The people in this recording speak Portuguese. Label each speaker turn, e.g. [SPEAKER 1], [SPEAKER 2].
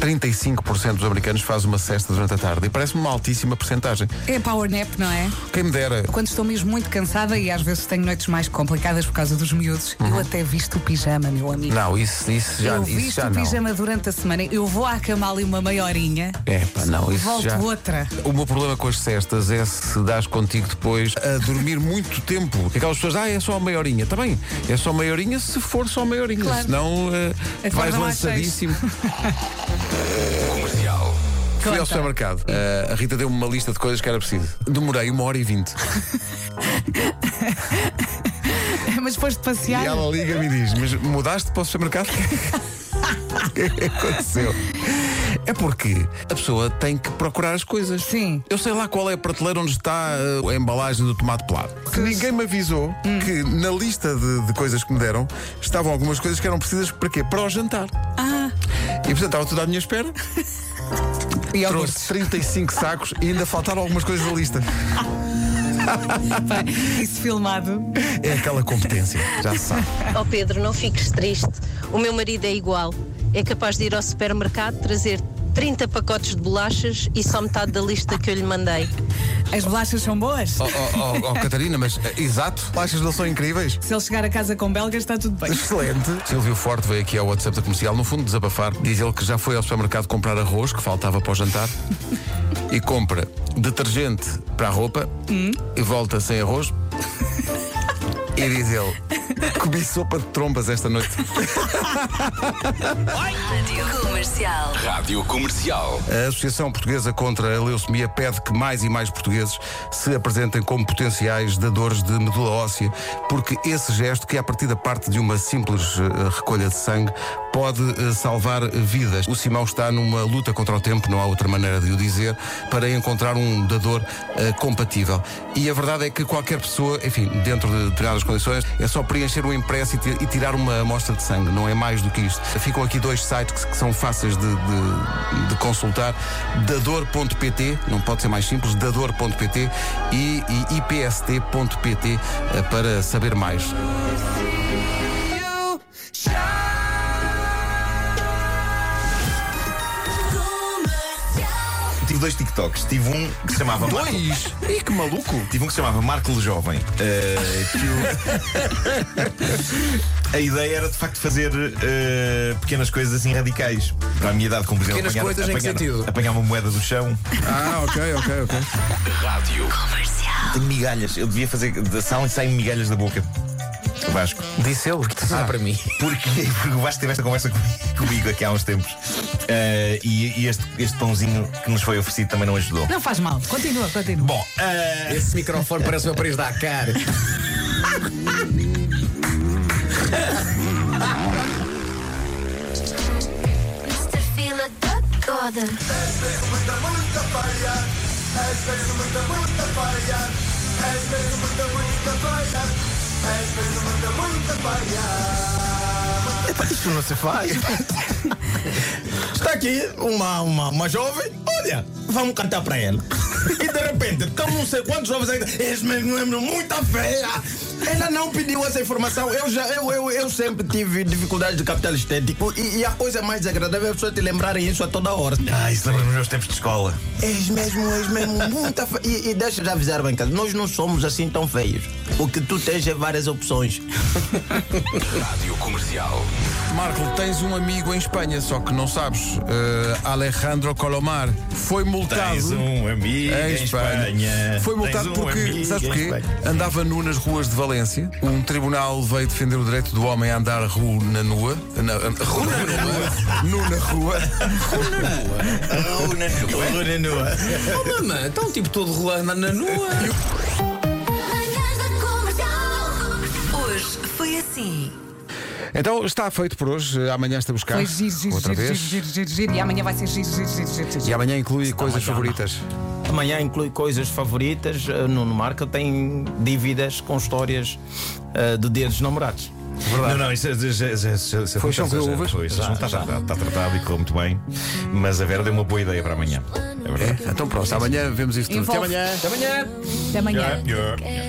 [SPEAKER 1] 35% dos americanos faz uma cesta durante a tarde. E parece-me uma altíssima porcentagem.
[SPEAKER 2] É power nap, não é?
[SPEAKER 1] Quem me dera.
[SPEAKER 2] Quando estou mesmo muito cansada e às vezes tenho noites mais complicadas por causa dos miúdos, eu até visto o pijama, meu amigo.
[SPEAKER 1] Uhum. Não, isso, isso já,
[SPEAKER 2] eu
[SPEAKER 1] isso
[SPEAKER 2] visto
[SPEAKER 1] já
[SPEAKER 2] o
[SPEAKER 1] não.
[SPEAKER 2] pijama durante a semana, eu vou à cama ali uma meia horinha,
[SPEAKER 1] É, pá, não, isso
[SPEAKER 2] volto
[SPEAKER 1] já.
[SPEAKER 2] outra.
[SPEAKER 1] O meu problema com as cestas é se dás contigo depois a dormir muito tempo. Porque Aquelas pessoas, ah, é só meia horinha. Está bem, é só meia horinha se for só meia horinha.
[SPEAKER 2] Claro.
[SPEAKER 1] Senão eh,
[SPEAKER 2] Acordam
[SPEAKER 1] vais
[SPEAKER 2] às
[SPEAKER 1] lançadíssimo.
[SPEAKER 3] Comercial.
[SPEAKER 1] Fui ao
[SPEAKER 2] Conta.
[SPEAKER 1] supermercado. Eh, a Rita deu-me uma lista de coisas que era preciso. Demorei uma hora e vinte.
[SPEAKER 2] Mas depois de
[SPEAKER 1] E
[SPEAKER 2] passear,
[SPEAKER 1] ela liga-me e diz: Mas mudaste para o supermercado? O que é que aconteceu? É porque a pessoa tem que procurar as coisas.
[SPEAKER 2] Sim.
[SPEAKER 1] Eu sei lá qual é a prateleira onde está uh, a embalagem do tomate pelado. Hum. Que ninguém me avisou que na lista de, de coisas que me deram estavam algumas coisas que eram precisas para quê? Para o jantar.
[SPEAKER 2] ah,
[SPEAKER 1] E portanto estava tudo à minha espera.
[SPEAKER 2] e
[SPEAKER 1] Trouxe 35 sacos e ainda faltaram algumas coisas da lista.
[SPEAKER 2] isso filmado.
[SPEAKER 1] É aquela competência, já se sabe.
[SPEAKER 4] Oh Pedro, não fiques triste. O meu marido é igual. É capaz de ir ao supermercado trazer 30 pacotes de bolachas e só metade da lista que eu lhe mandei.
[SPEAKER 2] As bolachas são boas?
[SPEAKER 1] Oh, oh, oh, oh, Catarina, mas eh, exato, achas não são incríveis?
[SPEAKER 2] Se ele chegar a casa com belgas, está tudo bem.
[SPEAKER 1] Excelente. Silvio Forte veio aqui ao WhatsApp da comercial, no fundo, desabafar. Diz ele que já foi ao supermercado comprar arroz, que faltava para o jantar, e compra detergente para a roupa e volta sem arroz. E diz ele: comi sopa de trombas esta noite.
[SPEAKER 3] Rádio Comercial.
[SPEAKER 1] A Associação Portuguesa contra a Leucemia pede que mais e mais portugueses se apresentem como potenciais dadores de medula óssea, porque esse gesto, que é a partir da parte de uma simples eh, recolha de sangue, pode eh, salvar vidas. O Simão está numa luta contra o tempo, não há outra maneira de o dizer, para encontrar um dador eh, compatível. E a verdade é que qualquer pessoa, enfim, dentro de determinadas condições, é só preencher um impresso e, ti- e tirar uma amostra de sangue, não é mais do que isto. Ficam aqui dois sites que, que são fáceis de, de- de consultar: dador.pt, não pode ser mais simples, dador.pt e, e ipst.pt eh, para saber mais.
[SPEAKER 5] Tive dois TikToks. Tive um que se chamava. Marco-
[SPEAKER 1] Dois! Ih, que maluco!
[SPEAKER 5] Tive um que se chamava Marco Le Jovem. eh, que o- A ideia era de facto fazer eh, pequenas coisas assim radicais. Para a minha idade, como por exemplo,
[SPEAKER 1] Pequenas
[SPEAKER 5] apanhar,
[SPEAKER 1] coisas em que
[SPEAKER 5] apanhar-
[SPEAKER 1] sentido?
[SPEAKER 5] apanhar uma moeda do chão.
[SPEAKER 1] Ah, ok, ok, ok.
[SPEAKER 3] Rádio.
[SPEAKER 5] Tenho migalhas. Eu devia fazer. Saem saem migalhas da boca. Vasco.
[SPEAKER 1] Disse ele. Ah, para mim.
[SPEAKER 5] Porque, porque o Vasco teve esta conversa com- comigo aqui há uns tempos. Eh, e e este, este pãozinho que nos foi oferecido também não ajudou.
[SPEAKER 2] Não faz mal, continua, continua.
[SPEAKER 5] Bom, eh,
[SPEAKER 6] Esse microfone parece uma parede da cara.
[SPEAKER 7] Mr. Fila da Goda.
[SPEAKER 6] Isso não se faz. Está aqui uma, uma, uma jovem, olha, vamos cantar para ela. E de repente, estão não sei quantos jovens ainda. Esse mesmo é muita feia. Ela não pediu essa informação. Eu, já, eu, eu, eu sempre tive dificuldades de capital estético. E, e a coisa mais agradável é as pessoas te lembrarem isso a toda hora.
[SPEAKER 5] ah, isso lembra-me dos meus tempos de escola.
[SPEAKER 6] És mesmo, és mesmo, muita fe... e, e deixa de avisar bem, cara, nós não somos assim tão feios. O que tu tens é várias opções.
[SPEAKER 3] Rádio Comercial.
[SPEAKER 1] Marco, tens um amigo em Espanha, só que não sabes. eh, Alejandro Colomar foi multado.
[SPEAKER 5] Tens um amigo
[SPEAKER 1] É, Em
[SPEAKER 5] em
[SPEAKER 1] Espanha.
[SPEAKER 5] Espanha.
[SPEAKER 1] Foi multado
[SPEAKER 5] Tens um
[SPEAKER 1] porque,
[SPEAKER 5] amigo
[SPEAKER 1] sabes
[SPEAKER 5] em
[SPEAKER 1] porquê?
[SPEAKER 5] Espanha.
[SPEAKER 1] Andava nu nas ruas de Valência. Um tribunal veio defender o direito do homem a andar ru na nua. Na, ru na nua. Nu na rua.
[SPEAKER 5] Runa nua. Runa nua.
[SPEAKER 6] Oh, mamãe, está um tipo todo rolando na nua.
[SPEAKER 7] Manhãs da comercial.
[SPEAKER 8] Hoje foi assim.
[SPEAKER 1] Então está feito por hoje. Amanhã estamos cá.
[SPEAKER 2] Foi giro, giro,
[SPEAKER 1] outra
[SPEAKER 2] giro, giro,
[SPEAKER 1] vez.
[SPEAKER 2] giro, giro, giro, e amanhã vai ser giro, giro, giro, giro, giro.
[SPEAKER 1] E amanhã inclui coisas favoritas.
[SPEAKER 6] Amanhã inclui coisas favoritas. eh, Nuno Marco tem dívidas com histórias eh, de dedos namorados.
[SPEAKER 5] Não, não, isso, é isso, isso, isso, isso, isso
[SPEAKER 1] Foi chão
[SPEAKER 5] isso-
[SPEAKER 1] com uvas?
[SPEAKER 5] Foi, isso não está tratado, está tá tratado e correu muito bem. Mas a Vera deu uma boa ideia para amanhã. É verdade.
[SPEAKER 1] Então pronto, amanhã vemos isto tudo. Até
[SPEAKER 2] Envolve-
[SPEAKER 1] amanhã.
[SPEAKER 2] Até amanhã.
[SPEAKER 5] Yeah, yeah.